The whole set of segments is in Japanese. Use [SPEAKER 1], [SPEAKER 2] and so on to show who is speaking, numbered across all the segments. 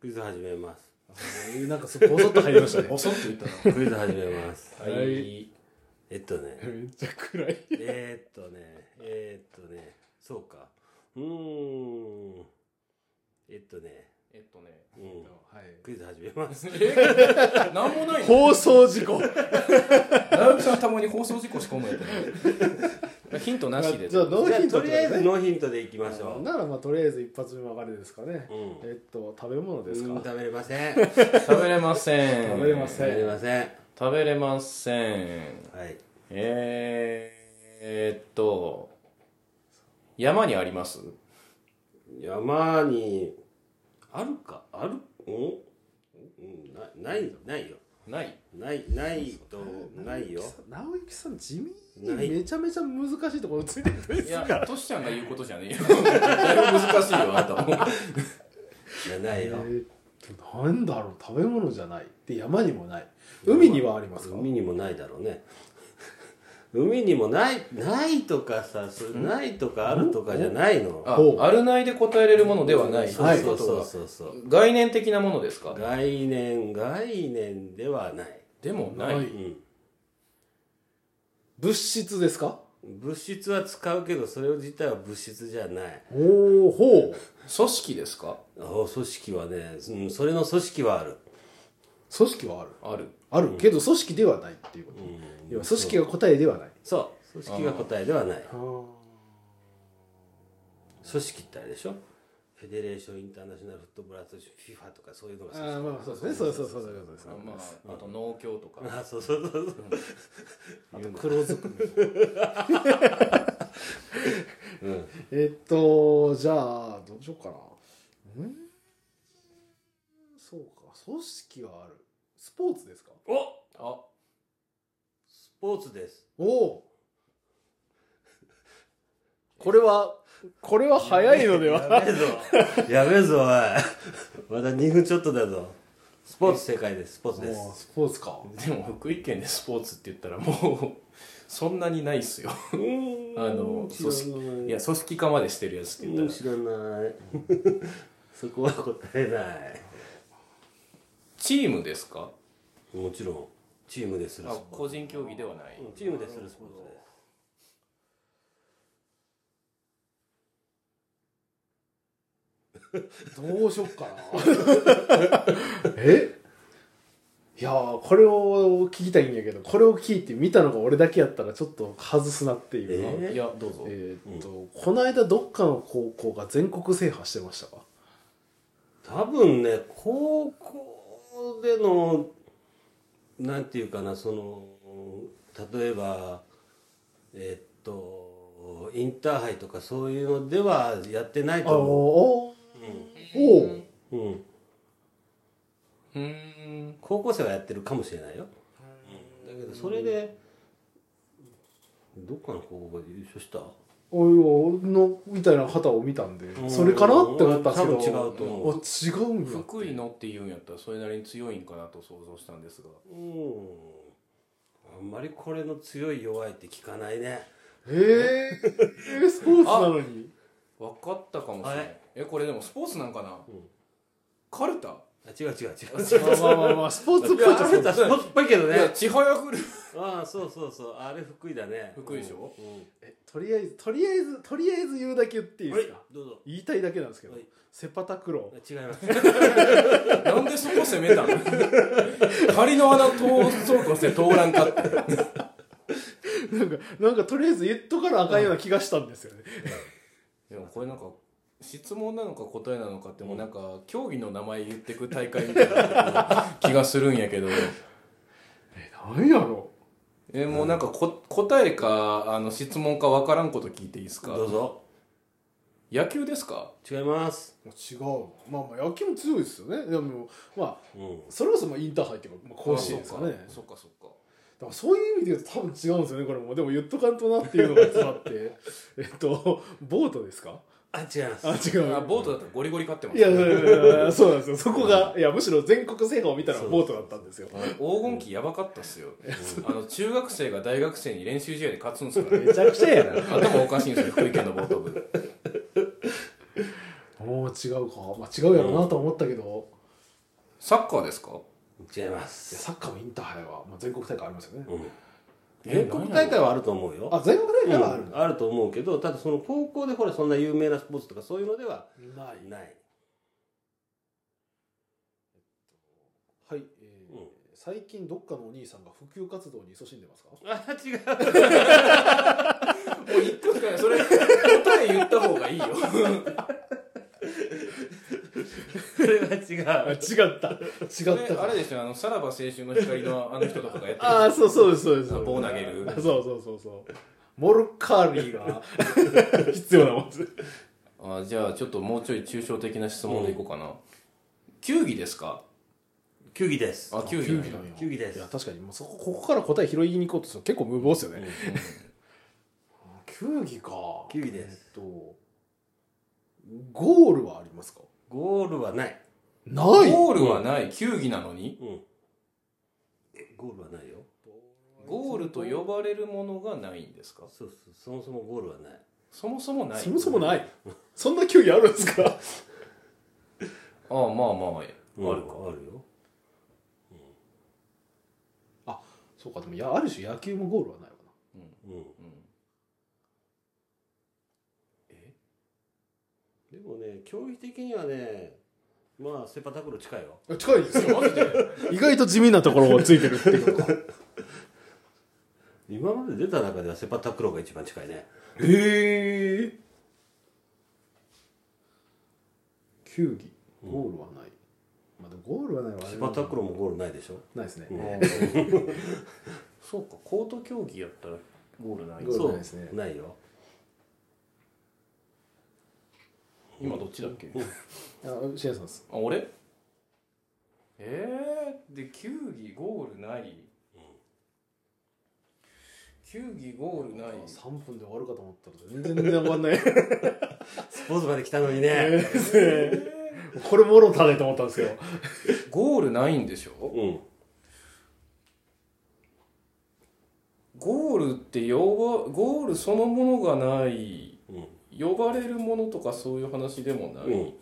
[SPEAKER 1] クイズ始めます。
[SPEAKER 2] なんかそこボソッと入りました ね
[SPEAKER 3] ボソッと言っ
[SPEAKER 1] クイズ始めます。
[SPEAKER 3] たな。
[SPEAKER 2] はい
[SPEAKER 1] えっとね、
[SPEAKER 2] めっちゃ暗い
[SPEAKER 1] えーっとね、えーっとね、そうか。うーん。えっとね、
[SPEAKER 3] えっとね。
[SPEAKER 1] うん。
[SPEAKER 2] はい
[SPEAKER 1] クイズ始めます。
[SPEAKER 3] えなんもないの
[SPEAKER 2] 放送事故
[SPEAKER 3] 直樹さんはたまに放送事故し込むやつヒントなしで
[SPEAKER 2] じゃあノ
[SPEAKER 1] じゃあ
[SPEAKER 2] ーヒント
[SPEAKER 1] とりあえず
[SPEAKER 2] ね
[SPEAKER 1] ノーヒントでいきましょ
[SPEAKER 2] ならまあとりあえず一発目分かれですかね
[SPEAKER 1] う。うん。
[SPEAKER 2] えっと食べ物ですか
[SPEAKER 1] うん、食べれません。
[SPEAKER 3] 食べれま せん
[SPEAKER 2] 食べれません
[SPEAKER 1] 食べれません。
[SPEAKER 3] 食べれません
[SPEAKER 1] はい。
[SPEAKER 3] えー、えーっと山にあります
[SPEAKER 1] 山に、あるか、ある、うんうん、なない、ないよ。
[SPEAKER 3] ない
[SPEAKER 1] ない、ないと、ないよ。
[SPEAKER 2] 直之さん地味
[SPEAKER 1] ない
[SPEAKER 2] にめちゃめちゃ難しいところついてくるんで
[SPEAKER 3] い
[SPEAKER 2] す
[SPEAKER 3] や
[SPEAKER 2] が
[SPEAKER 3] トシちゃんが言うことじゃねえよだいぶ難しいよあなたも
[SPEAKER 1] いやない
[SPEAKER 2] え
[SPEAKER 1] よ。
[SPEAKER 2] ーっとなんだろう食べ物じゃないで山にもない海にはありますか
[SPEAKER 1] 海にもないだろうね 海にもないないとかさそれないとかあるとかじゃないの
[SPEAKER 3] あ
[SPEAKER 2] ほう
[SPEAKER 3] あるないで答えれるものではない
[SPEAKER 1] そう
[SPEAKER 2] と
[SPEAKER 1] そ
[SPEAKER 2] いう
[SPEAKER 1] そうそうそうそう
[SPEAKER 3] 概念的なものですか
[SPEAKER 1] 概念概念ではない、
[SPEAKER 3] でもな
[SPEAKER 2] な
[SPEAKER 3] い
[SPEAKER 1] う
[SPEAKER 2] い
[SPEAKER 1] ん、
[SPEAKER 2] 物質ですか
[SPEAKER 1] 物質は使うけどそれ自体は物質じゃない
[SPEAKER 2] おおほう
[SPEAKER 3] 組織ですか
[SPEAKER 1] あ組織はね、うん、それの組織はある、
[SPEAKER 2] 組織はある
[SPEAKER 3] ある
[SPEAKER 2] あるけど組織ではないっていうこと
[SPEAKER 1] うん、
[SPEAKER 2] 要は組織が答えではない
[SPEAKER 1] そう組織が答えではない
[SPEAKER 2] あ
[SPEAKER 1] 組織ってあれでしょフェデレーション・インターナショナル・フットボール・アソシエーション FIFA とかそういうのが組織
[SPEAKER 2] あまあそうですねそうそうそうそういうことです
[SPEAKER 3] あまあ、あと農協とか
[SPEAKER 1] あそうそうそうそう
[SPEAKER 2] あと黒ずくめ
[SPEAKER 1] うん
[SPEAKER 2] えっとじゃあどうしようかなうんそうか組織はあるスポーツですか
[SPEAKER 1] お
[SPEAKER 3] あ
[SPEAKER 1] スポーツです
[SPEAKER 2] おお これはこれは早いのでは
[SPEAKER 1] やべえ ぞ。やべえぞ、おい。まだ2分ちょっとだぞ。スポーツ正解です。スポーツで
[SPEAKER 2] もう
[SPEAKER 1] す。
[SPEAKER 2] スポーツか
[SPEAKER 3] でも福井県でスポーツって言ったらもうそんなにないっすよあの組織いや組織化までしてるやつって
[SPEAKER 1] う
[SPEAKER 3] 言
[SPEAKER 1] ん
[SPEAKER 3] った
[SPEAKER 1] 知らない。そこは答えな
[SPEAKER 3] らチームですか
[SPEAKER 1] い。もちろん、チームでするス
[SPEAKER 3] あ
[SPEAKER 1] ポ
[SPEAKER 3] 個人競技ではない
[SPEAKER 1] ーツ。チームでするスポーツです。
[SPEAKER 2] どうしよっかな えいやーこれを聞きたいんやけどこれを聞いて見たのが俺だけやったらちょっと外すなっていうな
[SPEAKER 1] え
[SPEAKER 3] いやどうぞ
[SPEAKER 2] えーっと、この間どっかの高校が全国制覇してましたか
[SPEAKER 1] 多分ね、高校での、なんていうかな、その、例えば、えっと、インターハイとかそういうのではやってない
[SPEAKER 2] あー
[SPEAKER 1] と思う。
[SPEAKER 2] おーおー
[SPEAKER 1] うん、
[SPEAKER 3] うーん
[SPEAKER 1] 高校生はやってるかもしれないよ、うん、だけどそれでどっかの高校が優勝した
[SPEAKER 2] おいおいのみたいな旗を見たんでそれかなって思ったんですけど
[SPEAKER 1] 多分違うと思う
[SPEAKER 2] あ違うんや
[SPEAKER 3] 福井のって言うんやったらそれなりに強いんかなと想像したんですが
[SPEAKER 1] うんあんまりこれの強い弱いって聞かないね
[SPEAKER 2] えー、スポーツなのに
[SPEAKER 3] 分かったかもしれな
[SPEAKER 1] あ
[SPEAKER 3] い
[SPEAKER 1] れ
[SPEAKER 3] えこれでもスポーツなんかな、
[SPEAKER 1] ん
[SPEAKER 3] カルタ
[SPEAKER 1] あ違う違う違う
[SPEAKER 2] まあまあまあまあスポーツっぽいっちゃ
[SPEAKER 1] あ
[SPEAKER 2] スポ
[SPEAKER 1] れ
[SPEAKER 2] ーツ
[SPEAKER 1] だスポーツっぽいけど
[SPEAKER 3] い
[SPEAKER 1] ね
[SPEAKER 3] やちはやふる
[SPEAKER 1] ああそうそうそうあれ福井だね
[SPEAKER 3] 福井でしょ
[SPEAKER 1] うんうん
[SPEAKER 2] えとりあえずとりあえずとりあえず言うだけ言っていいですか
[SPEAKER 1] はいどうぞ
[SPEAKER 2] 言いたいだけなんですけど、
[SPEAKER 1] はい
[SPEAKER 2] セパタクロ
[SPEAKER 1] あ違います
[SPEAKER 3] なんでそこ攻めたん仮の 穴通そうとして通らんかった
[SPEAKER 2] ーなんかなんかとりあえず言っとからあかんような気がしたんですよね、
[SPEAKER 3] でもこれなんか質問なのか答えなのかってもうなんか競技の名前言ってく大会みたいな気がするんやけ ど
[SPEAKER 2] えなんやろ
[SPEAKER 3] えもうなんかこ答えかあの質問か分からんこと聞いていいですか
[SPEAKER 1] どうぞ
[SPEAKER 3] 野球ですか
[SPEAKER 1] 違います
[SPEAKER 2] まあ違うまあまあ野球も強いですよねでもまあ
[SPEAKER 1] うん
[SPEAKER 2] それこそまあインターハイっていうか、まあ、甲子園ですかねだ
[SPEAKER 3] あ
[SPEAKER 2] か
[SPEAKER 3] そっかそっから
[SPEAKER 2] そういう意味で言うと多分違うんですよねこれもでも言っとかんとなっていうのが伝わってえっとボートですか
[SPEAKER 1] あ違います
[SPEAKER 2] あ違
[SPEAKER 3] そっかあ
[SPEAKER 2] う
[SPEAKER 3] ボートだったらゴリゴリ勝ってます
[SPEAKER 2] いやいやいやいやそうなんですよそこがいやむしろ全国制覇を見たら
[SPEAKER 1] そう
[SPEAKER 2] ボートだったんですよ
[SPEAKER 3] あの黄金期やばかったっすよ、あの中学生が大学生に練習試合で勝つんすからね
[SPEAKER 2] めちゃくちゃやな
[SPEAKER 3] 頭おかしいんですよ福井県のボート部
[SPEAKER 2] もう違うかまあ違うやろなとは思ったけど、
[SPEAKER 3] サッカーです か
[SPEAKER 1] 違います。
[SPEAKER 2] サッカーもインターハイは、まあ、全国大会ありますよね。
[SPEAKER 1] うん
[SPEAKER 3] え
[SPEAKER 1] 全国大会はあると思うよ。
[SPEAKER 2] あ、全国大会はある
[SPEAKER 1] うんん
[SPEAKER 2] だ。
[SPEAKER 1] あると思うけど、ただその高校でほらそんな有名なスポーツとかそういうのでは
[SPEAKER 2] ない。
[SPEAKER 1] ない。
[SPEAKER 2] はい、えー
[SPEAKER 1] うん
[SPEAKER 2] 最近どっかのお兄さんが普及活動に勤しんでますか
[SPEAKER 1] あ、違う。
[SPEAKER 3] もう一個しかないそれ答え言った方がいいよ
[SPEAKER 1] それは違う。
[SPEAKER 2] 違った。違っ
[SPEAKER 3] それ
[SPEAKER 2] た。
[SPEAKER 3] あれですよあのさらば青春の光のあの人とかがやって る
[SPEAKER 2] ああ、そうそうです、そうです。
[SPEAKER 3] あ棒投げる
[SPEAKER 2] あそうそうそうそう。モルカーリーが 必要なもんです。
[SPEAKER 3] あじゃあちょっともうちょい抽象的な質問でいこうかな、球技ですか
[SPEAKER 1] 球技です。
[SPEAKER 3] あ球技なんだ
[SPEAKER 2] なんや
[SPEAKER 1] 球技です
[SPEAKER 2] いや、確かに、もうそこ、ここから答え拾いに行こうとすると結構無謀ですよね。球技か。
[SPEAKER 1] 球技です
[SPEAKER 2] えっと、ゴールはありますか
[SPEAKER 1] ゴールはない。
[SPEAKER 2] な
[SPEAKER 3] ゴールはない、球技なのに
[SPEAKER 1] うん。ゴールはないよ。
[SPEAKER 3] ゴールと呼ばれるものがないんですか
[SPEAKER 1] そうそう。そもそもゴールはない。
[SPEAKER 3] そもそもない
[SPEAKER 2] そもそもない。そんな球技あるんですか
[SPEAKER 3] ああまあまああるか、
[SPEAKER 1] あるよ。
[SPEAKER 2] そうか、でもや、ある種野球もゴールはないわな。
[SPEAKER 1] うん。
[SPEAKER 3] う
[SPEAKER 1] でもね、競技的にはね、まあ、セパタクロー近いよ。
[SPEAKER 2] 近いですよ、マジで。意外と地味なところをついてるっていうことか。
[SPEAKER 1] 今まで出た中ではセパタクローが一番近いね。
[SPEAKER 2] へえ。球技、ゴールはない。まあでもゴールはないわ。
[SPEAKER 1] セパタクローもゴールないでしょ。
[SPEAKER 2] ないですね。
[SPEAKER 1] うん
[SPEAKER 3] ん、 そうかコート競技やったらゴールない
[SPEAKER 2] ゴール
[SPEAKER 1] そう
[SPEAKER 2] ないですね
[SPEAKER 1] ないよ。
[SPEAKER 3] 今どっちだっけ
[SPEAKER 2] あ、シェアさんです。
[SPEAKER 3] あ俺えー、で球技ゴールない、球技ゴールない
[SPEAKER 2] 3分で終わるかと思ったら全然終わんない。
[SPEAKER 1] スポーツまで来たのにね。
[SPEAKER 2] これもろたねと思ったんですけど。
[SPEAKER 3] ゴールないんでしょ
[SPEAKER 1] うん。
[SPEAKER 3] ゴールって呼ばゴールそのものがない
[SPEAKER 1] うん。
[SPEAKER 3] 呼ばれるものとかそういう話でもない、
[SPEAKER 1] うん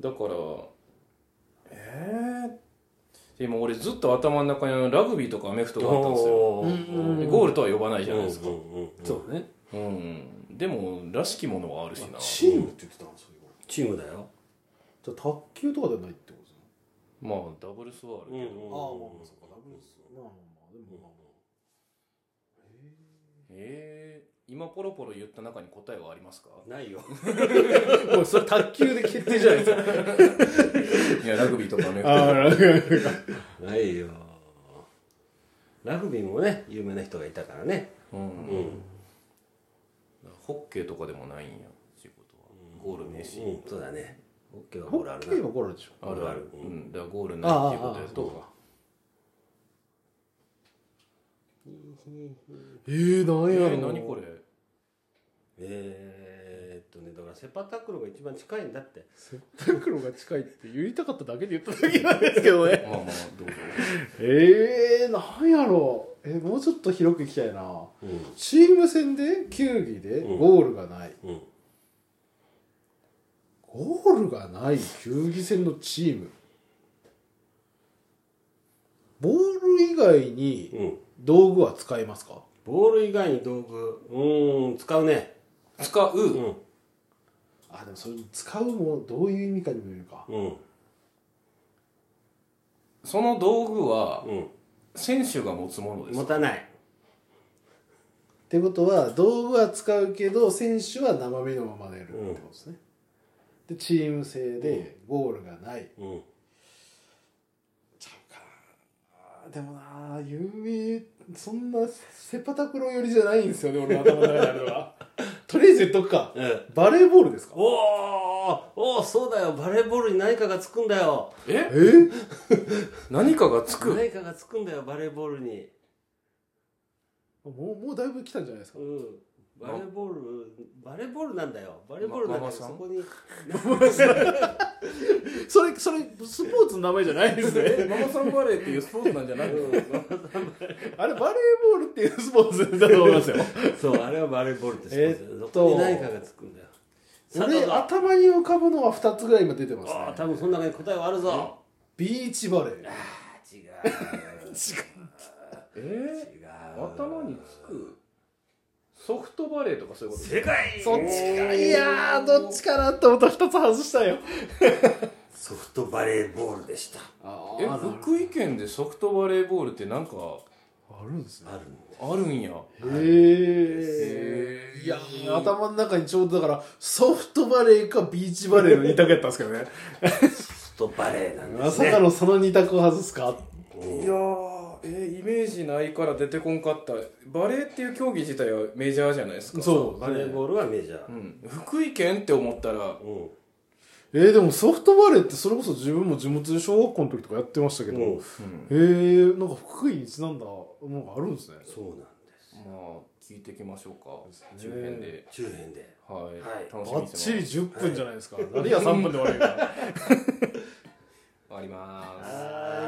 [SPEAKER 3] だからえー、で今俺ずっと頭の中にあのラグビーとかアメフトがあったんですよ
[SPEAKER 1] おー
[SPEAKER 3] で
[SPEAKER 2] うん
[SPEAKER 3] ゴールとは呼ばないじゃないですか、
[SPEAKER 1] うんうんうん
[SPEAKER 2] そうね。
[SPEAKER 3] うん、でもらしきものはあるしな
[SPEAKER 2] チームって言ってたんですよ。
[SPEAKER 1] チームだよ。
[SPEAKER 2] じゃあ卓球とかではないってことですね。
[SPEAKER 3] まあダブルスはあるけど、
[SPEAKER 1] うん
[SPEAKER 2] ああ、まあまあ、そうか。ダブルス。まあまあまあ、でもまあまあ。
[SPEAKER 3] えー、今ポロポロ言った中に答えはありますか
[SPEAKER 1] ないよ。
[SPEAKER 2] もうそれ卓球で決定じゃないですか。
[SPEAKER 3] いやラグビーとかね
[SPEAKER 1] ないよ。ラグビーもね、有名な人がいたからね。
[SPEAKER 3] うん
[SPEAKER 1] うん。
[SPEAKER 3] ホッケーとかでもないんや仕事はゴールねえし、
[SPEAKER 1] うん、そうだね。オッケーは
[SPEAKER 2] ホ
[SPEAKER 1] ゴールあ
[SPEAKER 2] ッ
[SPEAKER 1] る
[SPEAKER 2] ケ
[SPEAKER 1] な。
[SPEAKER 2] ーはゴールでしょ。
[SPEAKER 3] あるある、
[SPEAKER 1] う
[SPEAKER 3] うんんだからゴールないっていう
[SPEAKER 2] あ
[SPEAKER 3] ことや
[SPEAKER 2] あああそう
[SPEAKER 3] と
[SPEAKER 2] えー、なん
[SPEAKER 3] え
[SPEAKER 2] やろ
[SPEAKER 3] ー、何これ
[SPEAKER 1] えー、っとね、だからセパタクローが一番近いんだって。
[SPEAKER 2] セッタクロが近いって言いたかっただけで言っただけなんですけどね
[SPEAKER 3] まあまあどうぞ
[SPEAKER 2] ええなんやろうえもうちょっと広くいきたいな
[SPEAKER 1] うん。
[SPEAKER 2] チーム戦で球技で
[SPEAKER 1] うん
[SPEAKER 2] ゴールがない、
[SPEAKER 1] うん。
[SPEAKER 2] ゴールがない球技戦のチームボール以外に
[SPEAKER 1] うん。
[SPEAKER 2] 道具は使えますか
[SPEAKER 1] ボール以外に道具、うーん、使うね。
[SPEAKER 3] 使う、
[SPEAKER 1] うん。
[SPEAKER 2] あでもそれ使うもどういう意味かにもよるか
[SPEAKER 1] うん。
[SPEAKER 3] その道具は
[SPEAKER 1] うん。
[SPEAKER 3] 選手が持つものです
[SPEAKER 1] 持たない。
[SPEAKER 2] ってことは道具は使うけど選手は生身のままでやるってことですね、でチーム制でゴールがない、
[SPEAKER 1] うん。
[SPEAKER 2] ちゃうかなでもな有名そんなセパタクロー寄りじゃないんですよね俺の頭の中にあるのは とりあえず言っとくか
[SPEAKER 1] うん。
[SPEAKER 2] バレーボールですか
[SPEAKER 1] おーおーそうだよ。バレーボールに何かがつくんだよ。
[SPEAKER 3] え
[SPEAKER 2] え
[SPEAKER 3] 何かがつく
[SPEAKER 1] 何かがつくんだよ、バレーボールに。
[SPEAKER 2] もうもうだいぶ来たんじゃないですか
[SPEAKER 1] うん。バレーボール、バレーボールなんだよ。バレーボールなんだ
[SPEAKER 3] まママ
[SPEAKER 1] よ。
[SPEAKER 3] さん
[SPEAKER 1] そこに。
[SPEAKER 2] それそれスポーツの名前じゃないですね
[SPEAKER 3] ママさんバレーっていうスポーツなんじゃないの
[SPEAKER 2] あれバレーボールっていうスポーツだと思います よ
[SPEAKER 1] そう、あれはバレーボールってスポーツだよ。
[SPEAKER 2] えっ
[SPEAKER 1] ど
[SPEAKER 2] と
[SPEAKER 1] こに何かがつくんだよ。さあ、どう
[SPEAKER 2] 俺
[SPEAKER 1] ぞ。
[SPEAKER 2] 頭に浮かぶのは2つぐらい今出てます
[SPEAKER 1] ああ、
[SPEAKER 2] ね
[SPEAKER 1] 多分その中に答えはあるぞ。
[SPEAKER 2] ビビーチバレー
[SPEAKER 1] 違う
[SPEAKER 3] え
[SPEAKER 1] 違う
[SPEAKER 3] ー、頭につくソフトバレーとかそういうこと
[SPEAKER 1] 正解
[SPEAKER 2] そっちかいやーどっちかなと思ったら2つ外したよ
[SPEAKER 1] ソフトバレーボールでした
[SPEAKER 2] あ
[SPEAKER 3] え福井県でソフトバレーボールってなんか
[SPEAKER 2] あるんですね
[SPEAKER 1] あるん
[SPEAKER 3] あるんや
[SPEAKER 2] へ
[SPEAKER 3] へ
[SPEAKER 2] え
[SPEAKER 3] ー
[SPEAKER 2] いやー頭の中にちょうどだからソフトバレーかビーチバレーの2択やったんですけどね
[SPEAKER 1] ソフトバレーなんで
[SPEAKER 2] ますさか
[SPEAKER 1] ね
[SPEAKER 2] のその2択を外すか
[SPEAKER 3] いやーえーイメージないから出てこんかったバレーっていう競技自体はメジャーじゃないですか
[SPEAKER 2] そう
[SPEAKER 1] バレーボールはメジャー、
[SPEAKER 3] ん、福井県って思ったら
[SPEAKER 1] うん
[SPEAKER 2] えー、でもソフトバレーってそれこそ自分も地元で小学校の時とかやってましたけど、
[SPEAKER 1] もう
[SPEAKER 2] へえんか福井にちなんだものがあるんですね
[SPEAKER 1] そうなんです
[SPEAKER 3] まあ聞いていきましょうか中編で、
[SPEAKER 1] 中編で
[SPEAKER 3] はい、
[SPEAKER 1] はい
[SPEAKER 3] 楽し
[SPEAKER 2] ば
[SPEAKER 3] み
[SPEAKER 2] っ
[SPEAKER 3] にし
[SPEAKER 2] ち
[SPEAKER 3] て
[SPEAKER 2] り
[SPEAKER 3] ます
[SPEAKER 2] 10分じゃないですか、あるいは3分で終わるから
[SPEAKER 3] 終わります
[SPEAKER 1] は